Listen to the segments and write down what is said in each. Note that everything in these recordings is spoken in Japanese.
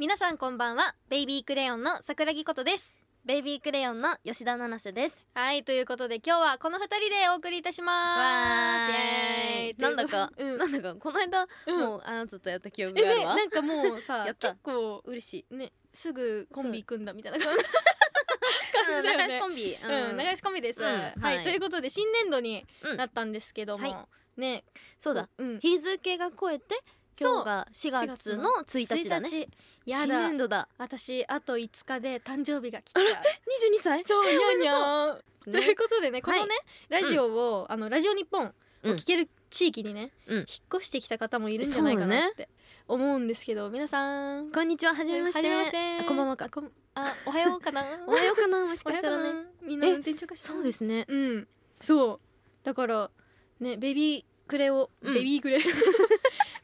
皆さんこんばんはベイビークレヨンの桜木ことですベイビークレヨンの吉田七瀬ですはいということで今日はこの二人でお送りいたしますイエーイなんだか、 ということなんだかこの間、うんもうあなたとやった記憶えがあねるわ、なんかもうさやった結構嬉 しいねすぐコンビ組んだみたいな感うじんだ仲よね良しコンビ、じ、うん、流し込みです、うんはい、はいということで新年度にうんなったんですけども、はいねそうだ、うん、日付が超えてそ今う日が4月の1日だね1や新だ年度だ私あと5日で誕生日が来た22歳そうにゃんにゃんというね、ことでねこのね、ラジオを、あのラジオ日本をうん聞ける地域にね、うん引っ越してきた方もいるんじゃないかそうなねって思うんですけど皆さんこんにちはははじめましてあこんばんはかこあおはようか なおはようかなもしおかはよしうかたならねみんな運転中かしらそうですすねうんそうだからねベビークレを、うんベビークレ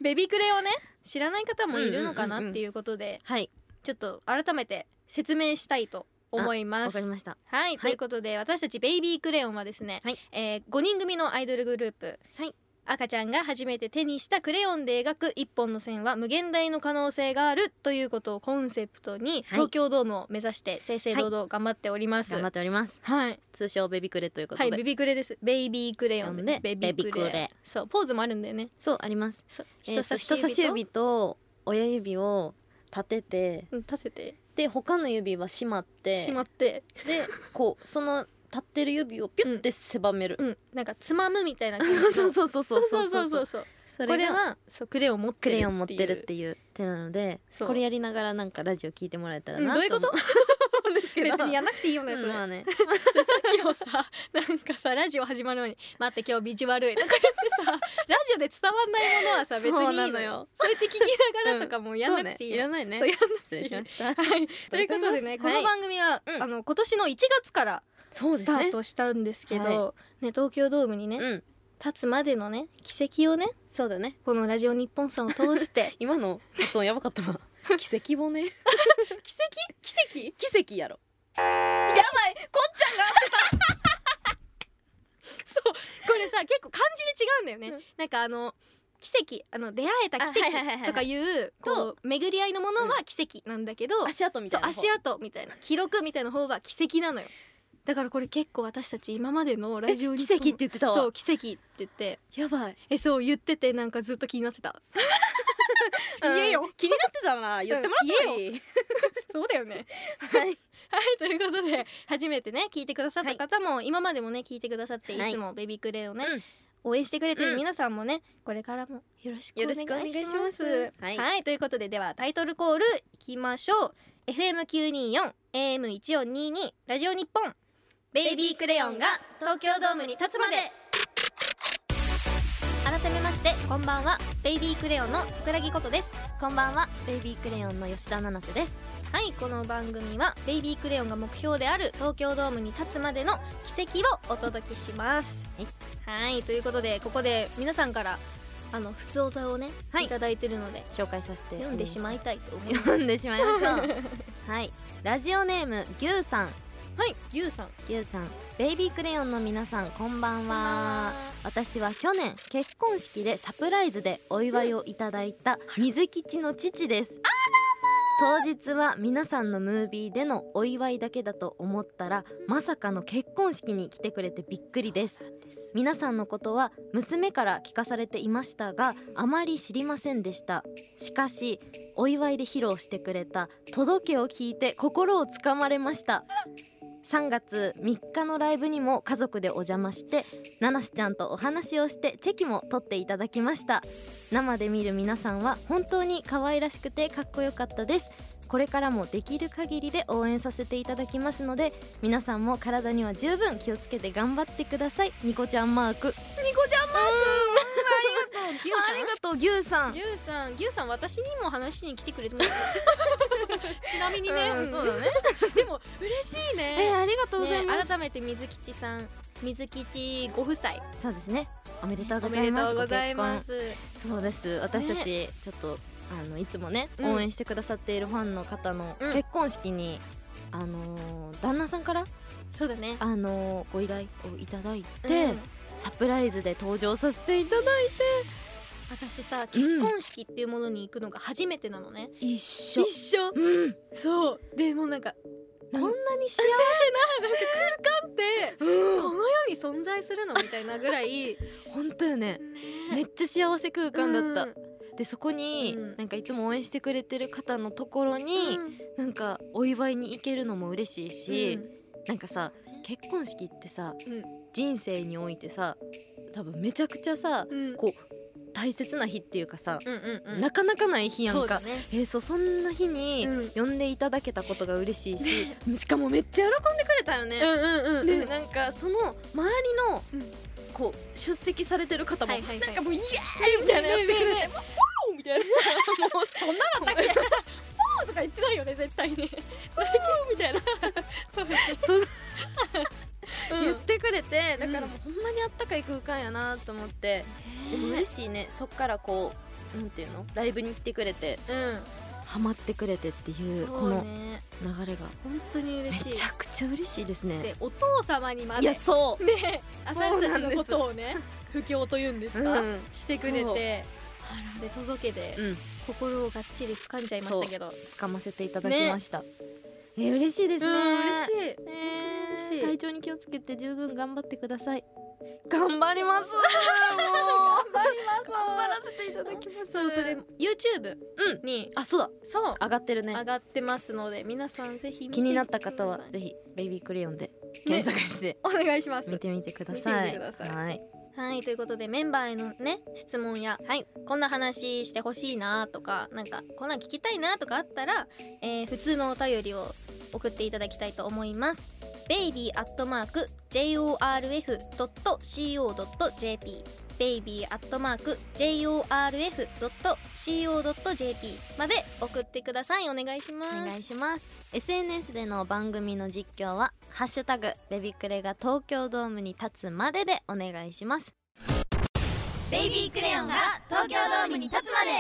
ベビークレをね知らない方もいるのかなっていうことで、はいちょっと改めて説明したいと思いまわすかりましたはい、いということで私たちベイビークレヨンはですね、はいえ5人組のアイドルグループ、はい赤ちゃんが初めて手にしたクレヨンで描く一本の線は無限大の可能性があるということをコンセプトに、東京ドームを目指して正々堂々頑張っております。頑張はっておりますい、通称ベビクレということはい、で、ベビークレです。ベイビークレヨンで呼んでベビクレそう、ポーズもあるんだよね。そうありますそうえーと人差し指と親指を立ててうん立てて、で他の指はしまってしまって、でこうその立ってる指をピュッて狭める、うん、なんかつまむみたいな感じの。そうそうそう そうそう そうそうそうそう。そこれれははそうクレヨン持ってクるレヨン持ってるっていう手なのでそうこれやりながらなんかラジオ聞いてもらえたらうんなどういうことと思うん ですけど別にやんなくていいよねうそんれ、まあね今日さなんかさラジオ始まるのに「待って今日ビジュ悪い」とか言って さラジオで伝わんないものはさ別にいいそうなののよよそうやって聞き ながらとかもやんなくていいそうねいらないの、ねそうやんなく失てい礼いしました はい、ということでね、この番組は、うんあの今年の1月からそうスでタすーねトしたんですけどはね、東京ドームにね、うん立つまでのね奇跡をねそうだねこのラジオ日本さんを通して 今の発音やばかった な奇跡もね奇跡奇跡奇跡やろやばいこっちゃんが 当てたそうこ れさ結構漢字で違うんだよね、うんなんかあの奇跡あの出会えた奇あはいはいはいは跡いとかいうことう巡り合いのものは奇跡なんだけど、足跡みそたういな足跡みたいな記録みたいな方は奇跡なのよ だからこれ結構私たち今までのラジオに奇跡って言ってたわそう奇跡って言ってやばいえそう言っててなんかずっと気になってた言えよ気になってたな言ってもらったらいい、 そうだよねはい はいということで初めてね聞いてくださった方も、今までもね聞いてくださって、はいい、つもベビークレイをね、うん応援してくれてる皆さんもね、これからもよろしくお願いしよろましくすお願いしますは、はいいということでではタイトルコールいきましょう FM924 AM1422 ラジオ日本ベイビークレヨンが東京ドームに立つまで改めましてこんばんはベイビークレヨンの桜木ことですこんばんはベイビークレヨンの吉田七瀬ですはいこの番組はベイビークレヨンが目標である東京ドームに立つまでの奇跡をお届けしますはいということでここで皆さんからあの普通お歌をね、、はいいただいてるので紹介させて読んでしまいたいと思います読んでしまいましょう はいラジオネームぎゅうさんはいゆうさんぎゅうさんベイビークレヨンの皆さんこんばんは私は去年結婚式でサプライズでお祝いをいただいた水吉の父です当日は皆さんのムービーでのお祝いだけだと思ったらまさかの結婚式に来てくれてびっくりです皆さんのことは娘から聞かされていましたがあまり知りませんでしたしかしお祝いで披露してくれた「届け」を聞いて心をつかまれました3月3日のライブにも家族でお邪魔して七瀬ちゃんとお話をしてチェキも撮っていただきました生で見る皆さんは本当に可愛らしくてかっこよかったですこれからもできる限りで応援させていただきますので皆さんも体には十分気をつけて頑張ってくださいニコちゃんマークニコちゃんマークありがとうゆうさあんりがとうぎゅうさんゆうさん、ぎゅうさん、私にも話しに来てくれてます。 ちなみにね、うんそうだね。でも、嬉しえーいね。ありがとうございます、ね改めて水吉さん、水吉ご夫妻、そうですねおめでとうおござめでいますとうございまご結婚す。そうです私たち、ちょっとあのいつもね、うん応援してくださっているファンの方のうん結婚式に、あのー旦那さんから、そうだね。あのーご依頼をいただいて、サプライズで登場させていただいて私さうん結婚式っていうものに行くのが初めてなのね、一緒一緒うんそうでもうなんかなこんんなに幸せななんか空間ってこの世に存在するのみたいなぐら い本当よねめっちちゃ幸せ空間だった、たでそこに、うんなんかいつも応援してくれてる方のところに、なんかお祝いに行けるのも嬉しいし、なんかさ結婚式ってさ、うん人生においてさ多分めちゃくちゃさうんこう大切な日っていうかさ、うんうんうんなかなかない日やそんうだか。ねえーそうそんな日にうん呼んでいただけたことが嬉しいし、 しかもめっちゃ喜んでくれたよね。うんうんうんでなんかその周りの、うんこう出席されてる方も、はいはいはいなんかもうイエーイみたいなやってくれて、もうみたいなもうそんなだったっけとか言ってないよね絶対にみたいなそう そううん言ってくれてだからもうんうほんまにあったかい空間やなと思って、でも嬉しいねそっからこうなんていうのライブに来てくれてハマってくれてってういんうそこうのね流れが本当めに嬉しいちゃくちゃ嬉しいですねでお父様にまいでやねそうそう私なたんちですのことをね不況というんですうか、んしてくれそうてあらで届けて、うん心をがっちり掴んじゃいましたけどつかませていただきました、えー嬉しいですね嬉しいね嬉しい体調に気をつけて十分頑張ってください頑張ります 頑頑張りますらせていただきますそうそれ YouTube うんに、あそうだそう上がってるね上がってますので皆さんぜひ見て気になった方はくださいぜひベイビークレヨンで検索してお願いします見てみてください。見てみてくださいはい。はいということでメンバーへのね質問や、はいこんな話してほしいなとかなんかこんなん聞きたいなとかあったら、えー普通のお便りを送っていただきたいと思います。baby.jorf.co.jp baby.jorf.co.jp まで送ってくださいお願いします。お願いします。SNS での番組の実況はハッシュタグベビクレが東京ドームに立つまででお願いします。ベイビークレヨンが東京ドームに立つまで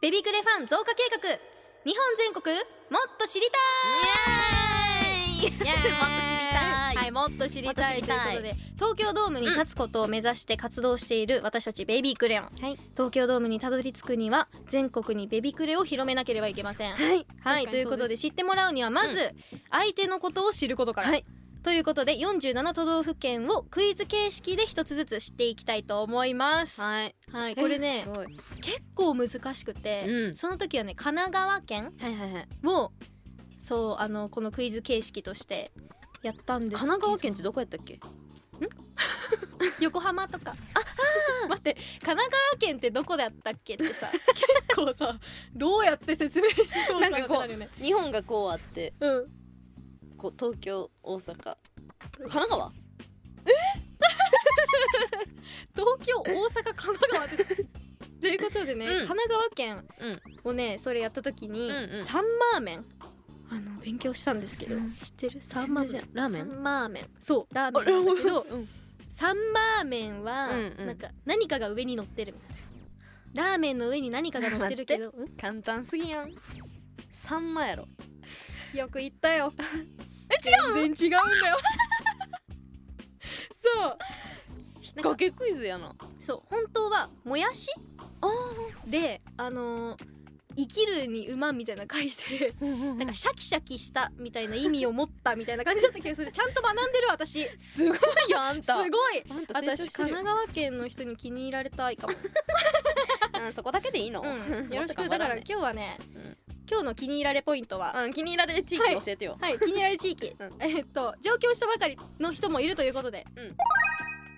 ベビークレファン増加計画日本全国もっと知りたいイエーイもっと知りたいはいもっと知りたいもっと知りというたいことで東京ドームに立つことを目指して活動している私たちベイビークレヨン、はい東京ドームにたどり着くには全国にベビークレを広めなければいけませんはい。はいということで知ってもらうにはまず、う相手のことを知ることから、はいということで47都道府県をクイズ形式で一つずつ知っていきたいと思いますははい。いこれねすごい結構難しくて、うんその時はね神奈川県はいはいはい。をそうあのこのクイズ形式としてやったんですけ神ど奈川県ってどこやったっけ？横浜とかあ待って神奈川県ってどこだったっけって さ結構さどうやって説明しようかなってなるよね日本がこうあって、うんこう東京、大阪、神奈川。東京大阪神奈川でということでね、うん神奈川県うんをねそれやった時に、うんうんサンマーメンあの勉強したんですけど、うん知ってるサンマーメ全ン然ラーメンサンマーメンそうラーメンなんだけどうんサンマーメンは、うんうんなんか何かが上に乗ってるみたいなラーメンの上に何かが乗ってる けどん簡単すぎやん。サンマやろ。よく言ったよえ違う 全然違うんだよそうなんか崖クイズやな。そう本当はもやしであのー生きるに馬みたいなの書いてなんかシャキシャキしたみたいな意味を持ったみたいな感じだった気がするちゃんと学んでる私す すごいよあんた。ごいあんた成長私してる神よ奈川県の人に気に入られたいか も、うん、そこだけでいいの、うん、よろしもくっと頑張だからん今ね日はね今日の気に入られポイントは、うん、気に入られる地域教えてよ、はい気に入られ地域、うんえっと上京したばかりの人もいるということで、うん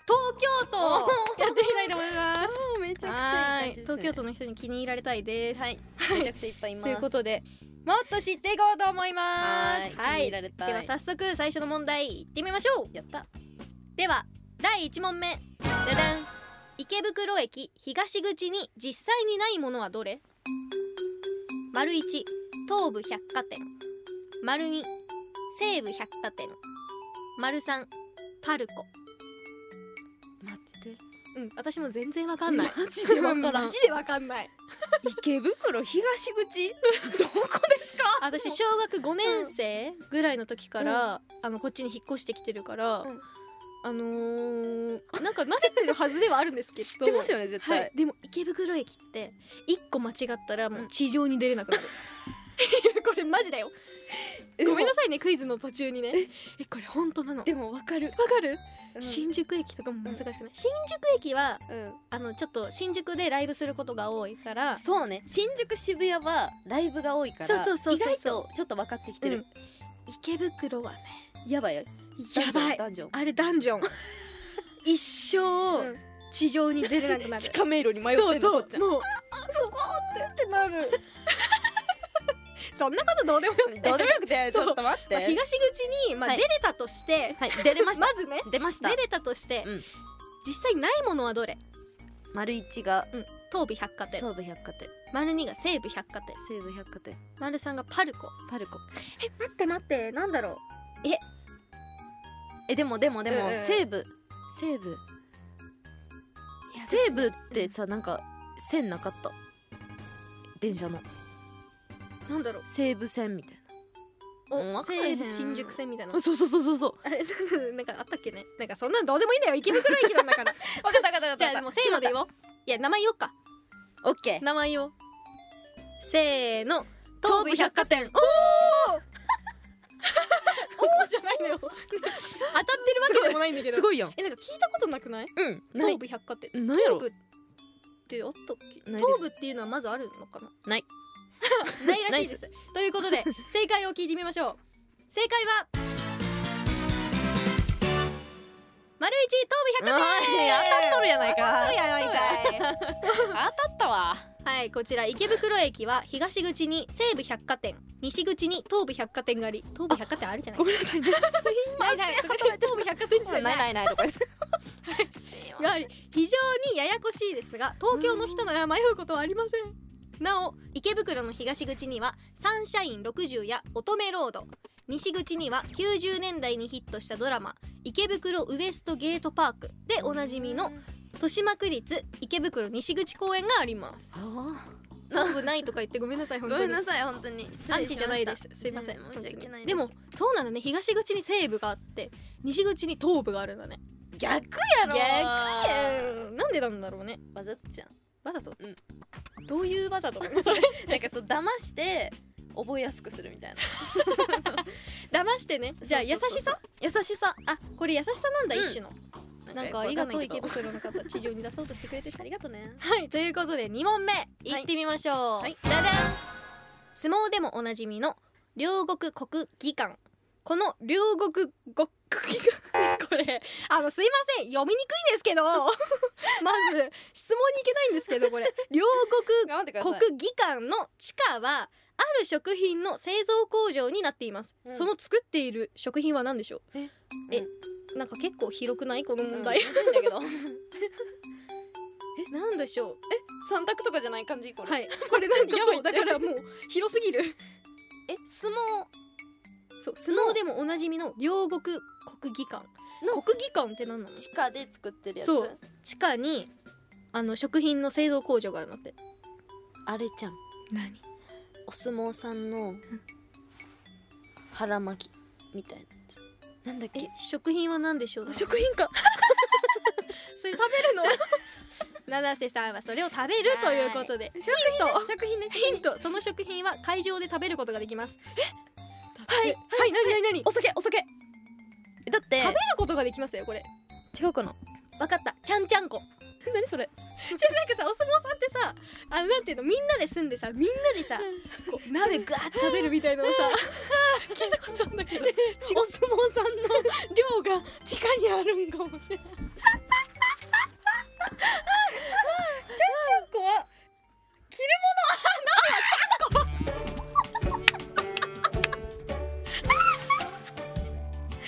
東京都をやってみたいと思いますめちはい東京東都の人に気に入られたいです京都はいめちゃくちゃいっぱいいますということでもっと知っていこうと思いまはいす気に入られたいでは早速最初の問題いってみましょうやったでは第1問目じゃだん池袋駅東口に実際にないものはどれ丸1東武百貨店丸2西武百貨店丸3パルコ待ってうん私も全然わかんないマジでわからん マジでわかんない池袋東 口どこですか私小学5年生ぐらいの時から、あのこっちに引っ越してきてるから、うんあのーなんか慣れてるはずではあるんですけど知ってますよね絶対、はい、でも池袋駅って一個間違ったらもう地上に出れなくなる、いや これマジだよえごめんなさいねクイズの途中にねえこれ本当なのわかでもわかる、る、うん新宿駅とかも難しくない新宿駅はあのちょっと新宿でライブすることが多いからそうね新宿渋谷はライブが多いからそうそうそうそう意外とちょっと分かってきてる、池袋はねやばいややばいダンジョンあれダンジ ョン一生、うん地上に出れなくなる地下迷路に迷ってんのそうそうこっちはもうそこってなるそんなことどうでもよくてどうでもよくてそうちょっと待っまあ、て、東口に、まあはい出れたとして、はい出れましたまずね出ました出れたとして、うん実際ないものはどれ丸一が東武百貨店東武百貨店丸二が西武百貨店西武百貨店丸三がパルコパルコえ待って待ってなんだろうえでもでもでも、うんうん西武西武西武ってさなんか線なかった電車のなんだろう西武線みたいおうんわかんへ西ん武新宿線みたいななそうそうそうそうそうあれなんかあったっけねなんかそんなのどうでもいいんだ よ池袋駅なんだから分かった分かった分じゃあもうせーので言おういや名前言おうかオ ッケー名前言おうせーの東東武武百百貨貨店店おーじゃないのよ当たってるわけでもないんだけどすごいやんえなんか聞いたことなくないうんな東い武百貨店なんやろ東武ってあったっけないです東武っていうのはまずあるのかなない ないらしいですということで正解を聞いてみましょう正解は丸一東武百貨店あー当たっとるやないか当たっとるやないかい当たったわはいこちら池袋駅は東口に西武百貨店西口に東武百貨店があり東武百貨店あるじゃないごめんなさいねないないそこ東武百貨店じゃなないいないないとかやはり非常にややこしいですが東京の人なら迷うことはありませんなお池袋の東口にはサンシャイン60や乙女ロード西口には90年代にヒットしたドラマ「池袋ウエストゲートパーク」でおなじみの豊島区立池袋西口公園がありますあ東部ないとか言ってごめんなさいー本ご当めんになさい本当にアンチじゃないですす失い礼しましせん申し訳ないすでもそうなんだね東口に西部があって西口に東部があるんだね逆やろなんでなんだろうねわざっちゃんわざと、うんどういうわざとなの なんかそう騙して覚えやすくするみたいな騙してねじゃあそうそ優うそうしさ優しさあこれ優しさなんだ、うん一種のなんかありがとう 池袋の方地上に出そうとしてくれてありがとうねはいということで2問目いってみましょう、はいじゃじゃん相撲でもおなじみの両国国技館この両国国技館 これあのすいません読みにくいんですけど まず質問に行けないんですけどこれ両国頑張ってください国技館の地下はある食品の製造工場になっています、うんその作っている食品は何でしょうええなんか結構広くないこの問題、うんむずいんだけど えなんでしょう三択とかじゃない感じこ れ、はいこれなんかやばいそうだからもう広すぎるえ相撲 そう相撲でもおなじみの両国国技館の国技館って何なの地下で作ってるやつそう地下にあの食品の製造工場があるのってあれちゃん何お相撲さんの腹巻きみたいなやつなんだっえけ食品は何でしょう食品かそれ食べるの 七瀬さんはそれを食べるということでヒント食品ねヒントその食品は会場で食べることができますはいはい何何何食お酒お酒えだってべることができますよこれ違うかなわかったちゃんちゃんこ 何それじゃあなんかさお相撲さんってさあのなんていうのみんなで住んでさみんなでさこう鍋ガーって食べるみたいなのをさ聞いたことあるんだけど違う お相撲さんの量が地下にあるんかもねちゃんちゃんこは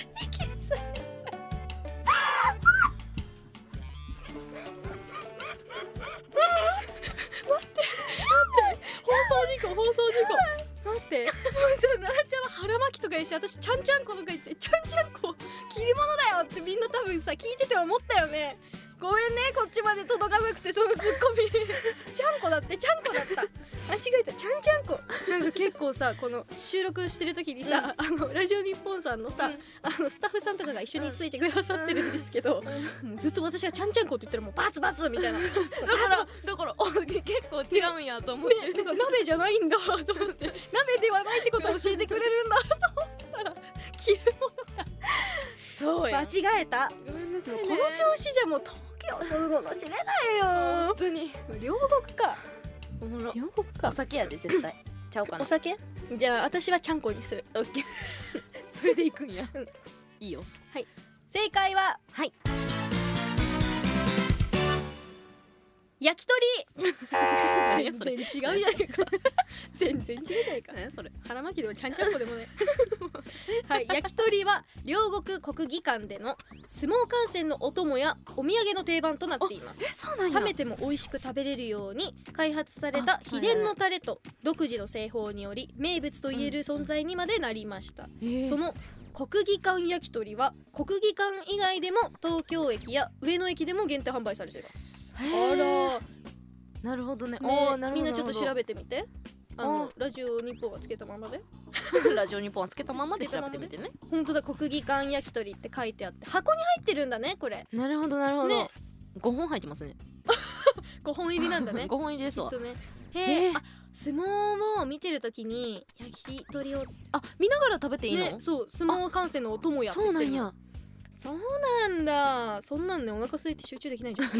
放送事故放送事故待ってもうその奈良ちゃんは腹巻きとか言うし私ちゃんちゃんことか言ってちゃんちゃんこ切り物だよってみんな多分さ聞いてて思ったよねごめんねこっちまで届かなくてそのツッコミ ちゃんこだってちゃんこだった間違えたちゃんちゃんこなんか結構さこの収録してる時にさ、あのラジオ日本さんのさ、うんあのスタッフさんとかが一緒についてくださってるんですけど、もうずっと私がちゃんちゃんこって言ったらもうバツバツみたい なだから だからお結構違うんやと思っね、て、なんか鍋じゃないんだ と思って鍋ではないってことを教えてくれるんだと思ったら着るそうや間違えたごめんなさいもうねこの調子じゃもう東京のもの知れないよ本当に両国かおもろ両国お酒やで絶対ちゃうかおな酒じゃあ私はちゃんこにするオ ッケーそれで行くんやうんいいよ正解ははい焼き鳥 何そ全れ然違うじゃないか 全然違うじゃないか何それ腹巻きでもちゃんちゃんこでもね はい焼き鳥は両国国技館での相撲観戦のお供やお土産の定番となっていますえそうなん冷めても美味しく食べれるように開発された秘伝のタレと独自の製法により名物といえる存在にまでなりました、えその国技館焼き鳥は国技館以外でも東京駅や上野駅でも限定販売されていますあらなるほどねねおーなるほどみんなちょっと調べべてみてああのラジオ日本はつけたままでラジオ日本つけたままで調べてみてね本当だ国技館焼き鳥って書いてあって箱に入ってるんだねこ れなるほどなるほど、ね5本入ってますね5本入りなんだね5本入りですきっわとねえへーーあ相撲を見てるときに焼き鳥をあ見ながら食べていいの、ねそう相撲観戦のお供やってそうなんやそうなんだそんなんねお腹空いて集中でき ないじゃん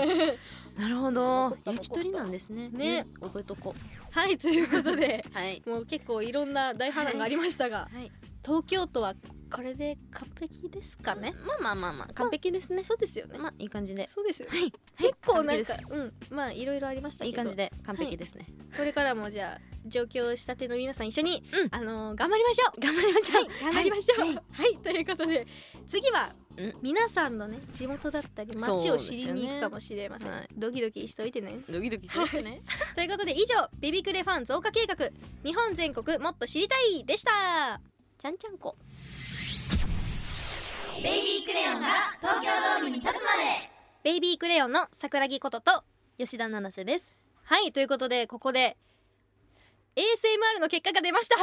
なるほ残どった焼き鳥なんですねね覚えとこはいということ ではいもう結構いろんな大波乱がありましたが、はい東京都はこれで完璧ですかね、まあまあまあまあ完璧ですねそうですよね、まあいい感じでそうですよね、はい結構なん完かうんまあいろいろありましたいけどい感じで完璧ですね、これからもじゃあ上京したての皆さん一緒に、うんあのー頑張りましょう頑張りましょう、頑張りましょうははいい、ということで次は、うん皆さんのね地元だったりそうです街よをね知りに行くかもしれません、はいドキドキしといてねドキドキしますねということで以上ベビクレファン増加計画日本全国もっと知りたいでしたちゃんちゃんこベイビークレヨンが東京ドームに立つまでベイビークレヨンの桜木ことと吉田七瀬ですはいということでここで ASMR の結果が出ました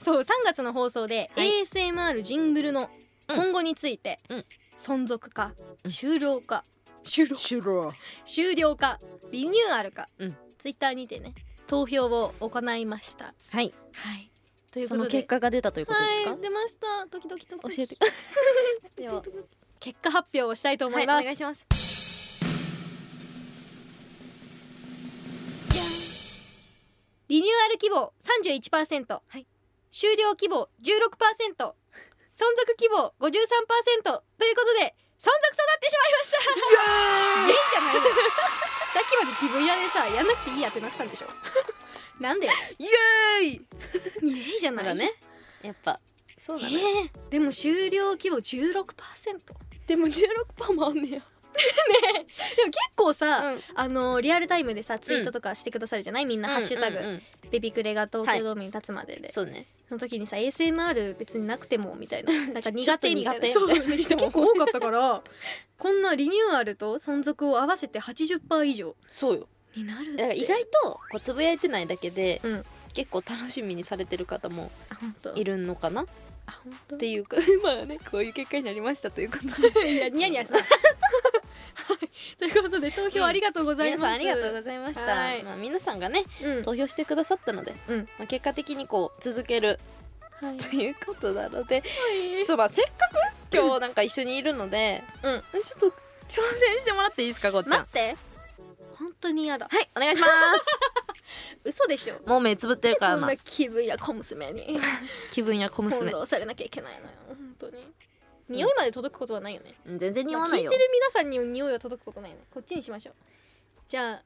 そう3月の放送で、はい ASMR ジングルの今後について、うん存続か、うん終了か終了シュロ終了かリニューアルか、うんツイッターにてね投票を行いましたはいはいというそこのとで結果が出たということですか、はい出ましたドキドキドキドキ教えて では結果発表をしたいと思いはまい、おす、願いしますリニューアル希望31%、はい終了希望16%存続希望53%ということで存続となってしまいましたイエーイじゃないよさっきまで気分屋でさやんなくていいやってなってたんでしょなんでイエーイーイじゃなだかいらねやっぱそうだね、えーでも終了規模16%でも16%もあんねやでも結構さ、うんあのーリアルタイムでさツイートとかしてくださるじゃないみんな「ハッシュタグ、うんうんうんベビクレが東京ドームに立つまでで」そうねその時にさ ASMR 別になくてもみた いななんか苦手みたいなちょっと苦手 そう結構多かったからこんなリニューアルと存続を合わせて80%以上そうよになるだから意外とこうつぶやいてないだけで、うん結構楽しみにされてる方もあ本当いるのかなっあ本当ていうか まあねこういう結果になりましたという ことでいやニヤニヤしたはいということで投票ありがとうござい皆ます、さんありがとうございました、はいまあ、皆さんがねうん投票してくださったので、うんまあ、結果的にこう続ける はいということなのでちょっとまあせっかく今日なんか一緒にいるので、うんちょっと挑戦してもらっていいですかこうちゃん、待って本当に嫌だはいお願いします嘘でしょ もう目つぶってる からこんなな気分や小娘に気分や小翻娘弄されなきゃいけないのよ本当に匂いまで届くことはないよねうん全然似合まわなあ聞いいてよる皆さんにも匂いは届くことないねこっちにしましょうじゃあ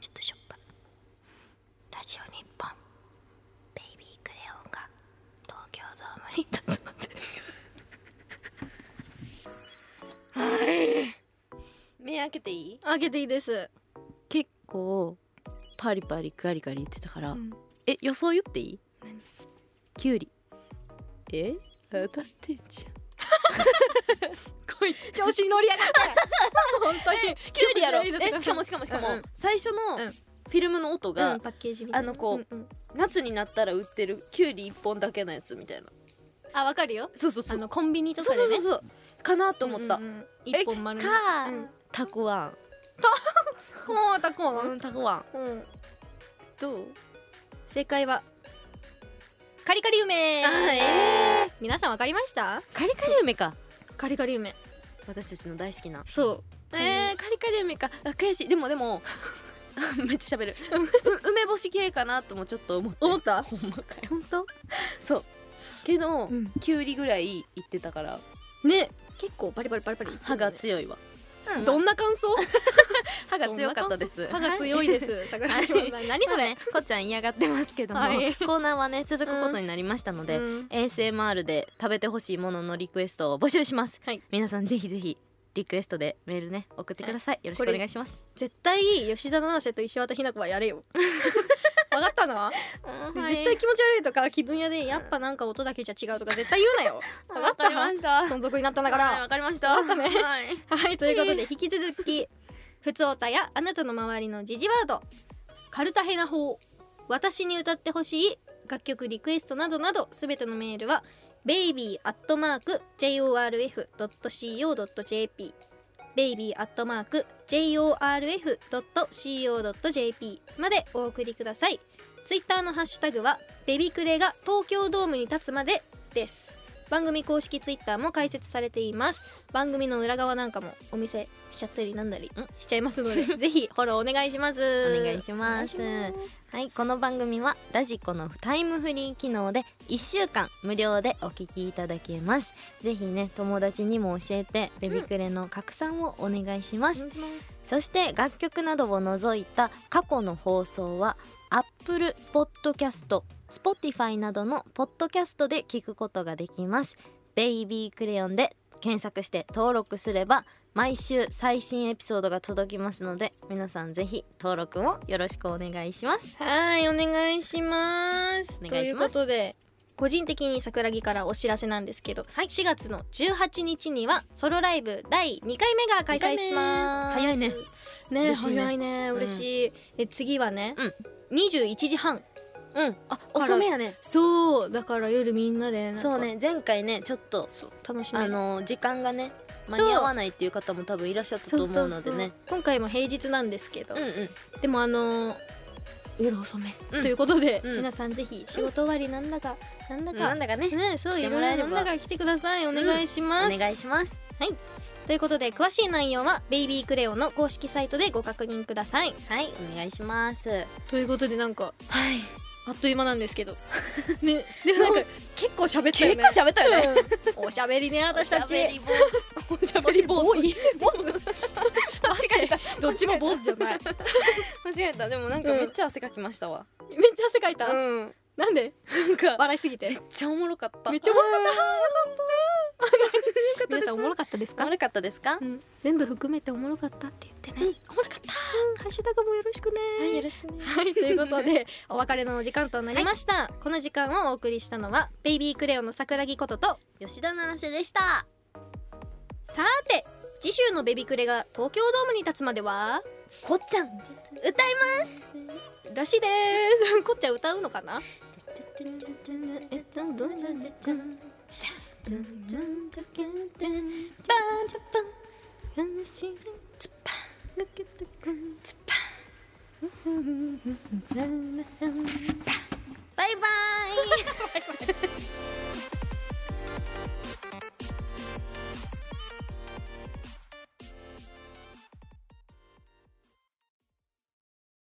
ちょっとしょっぱいラジオ日本ベイビークレヨンが東京ドームに立つまで目開けていい 開けていいです構パリパリガリガリ言ってたから、うんえ予想言っていい何キュウリえ当たってんじこいつ調子に乗りやがって本当にキュウリやろえしかもしかもしかも、うんうん最初うのんフィルムの音が、うんパッケージみたいなあのこううんうん夏になったら売ってるキュウリ一本だけのやつみたいなあわかるよそうそうそあう、のコンビニとそかでうねそうそうそうかなと思った、うんうんうん一本丸ゃんのかうんたこわコーンタコんうんたこわんうんどう正解はカリカリ梅あーえ皆さんわかりましたカリカリ梅かカリカリ梅私たちの大好きなそうえー、カリカリ梅かあ悔しいでもでもめっち ゃ喋るう梅干し系かなともちょっと思って思ったほんまかよ本当そうけど、うんキュウリぐらい言ってたからね結構バリバリバリバリ言ってる歯よねが強いわ、うんどんな感想歯が強かったで す歯が強いです桜 井さん何そまあれねこっちゃん嫌がってますけども、はいコーナーはね続くことになりましたので、うん、 ASMR で食べてほしいもののリクエストを募集します、はい皆さんぜひぜひリクエストでメールね送ってください、よろしくお願いします絶対吉田七瀬と石渡ひな子はやれよわかったな、絶対気持ち悪いとか気分屋でやっぱなんか音だけじゃ違うとか絶対言うな よわかったなした存続になったんだからわかりましたわかりましたはいはいということで引き続き「ふつおた」やあなたの周りの時事ワード「カルタヘナ法」「私に歌ってほしい」楽曲リクエストなどなどすべてのメールは baby.jorf.co.jp baby.jorf.co.jp までお送りくださいツイッターのハッシュタグはベビクレが東京ドームに立つまでです番組公式ツイッターも開設されています番組の裏側なんかもお見せしちゃったりなんだりしちゃいます のでぜひフォローお願いしますお願いしますお願いしはいこの番組はラジコのタイムフリー機能で1週間無料でお聞きいただけますぜひね友達にも教えてベビクレの拡散をお願いします、そして楽曲などを除いた過去の放送は Apple Podcast、Spotify などのポッドキャストで聞くことができます。ベイビークレヨンで検索して登録すれば毎週最新エピソードが届きますので皆さんぜひ登録もよろしくお願いします。はいお願いしますお願いしますということで個人的に桜木からお知らせなんですけど、4月の18日にはソロライブ第2回目が開催します二回目早いね嬉しいね早いね嬉しい、で次はね、うん21時半うん。あ遅めやね。そうだから夜みんなでなんかそうね前回ねちょっとそう楽しみあの時間がね間に合わないっていう方も多分いらっしゃったと思うのでね。今回も平日なんですけど、うんうん。でもあのー夜遅め、うんということで、うん皆さんぜひ仕事終わりなんだか、なんだか、なんだかねねそうい来てろもいらえろれなばんだから来てくださいお願いします、お願いします。ということで詳しい内容はベイビークレヨンの公式サイトでご確認くださいはいお願いします。ということでなんかはい。あっという間なんですけどねでもなんか結構喋ったよね喋った よねうん おしゃべりね私たちおしゃべり 坊主間違えたどっちも坊主じゃ ない間違えたでもなんかめっちゃ汗かきましたわめっちゃ汗かいた、うんなんでなんか笑いすぎてめっちゃおもろかっためっちゃおもろかった皆皆ささんんおおももろろかかっったですたかお もろかったですかうん、全部含めておもろかったって言ってね、おもろかったハッシュタグもよろしくねはいよろしくねはい、ということでお別れのお時間となりました、この時間をお送りしたのはベイビークレヨンの桜木ことと吉田七瀬でした。さーて次週のベビクレが東京ドームに立つまではこっちゃん歌います。らしいですこっちゃん歌うのかなバイバイ。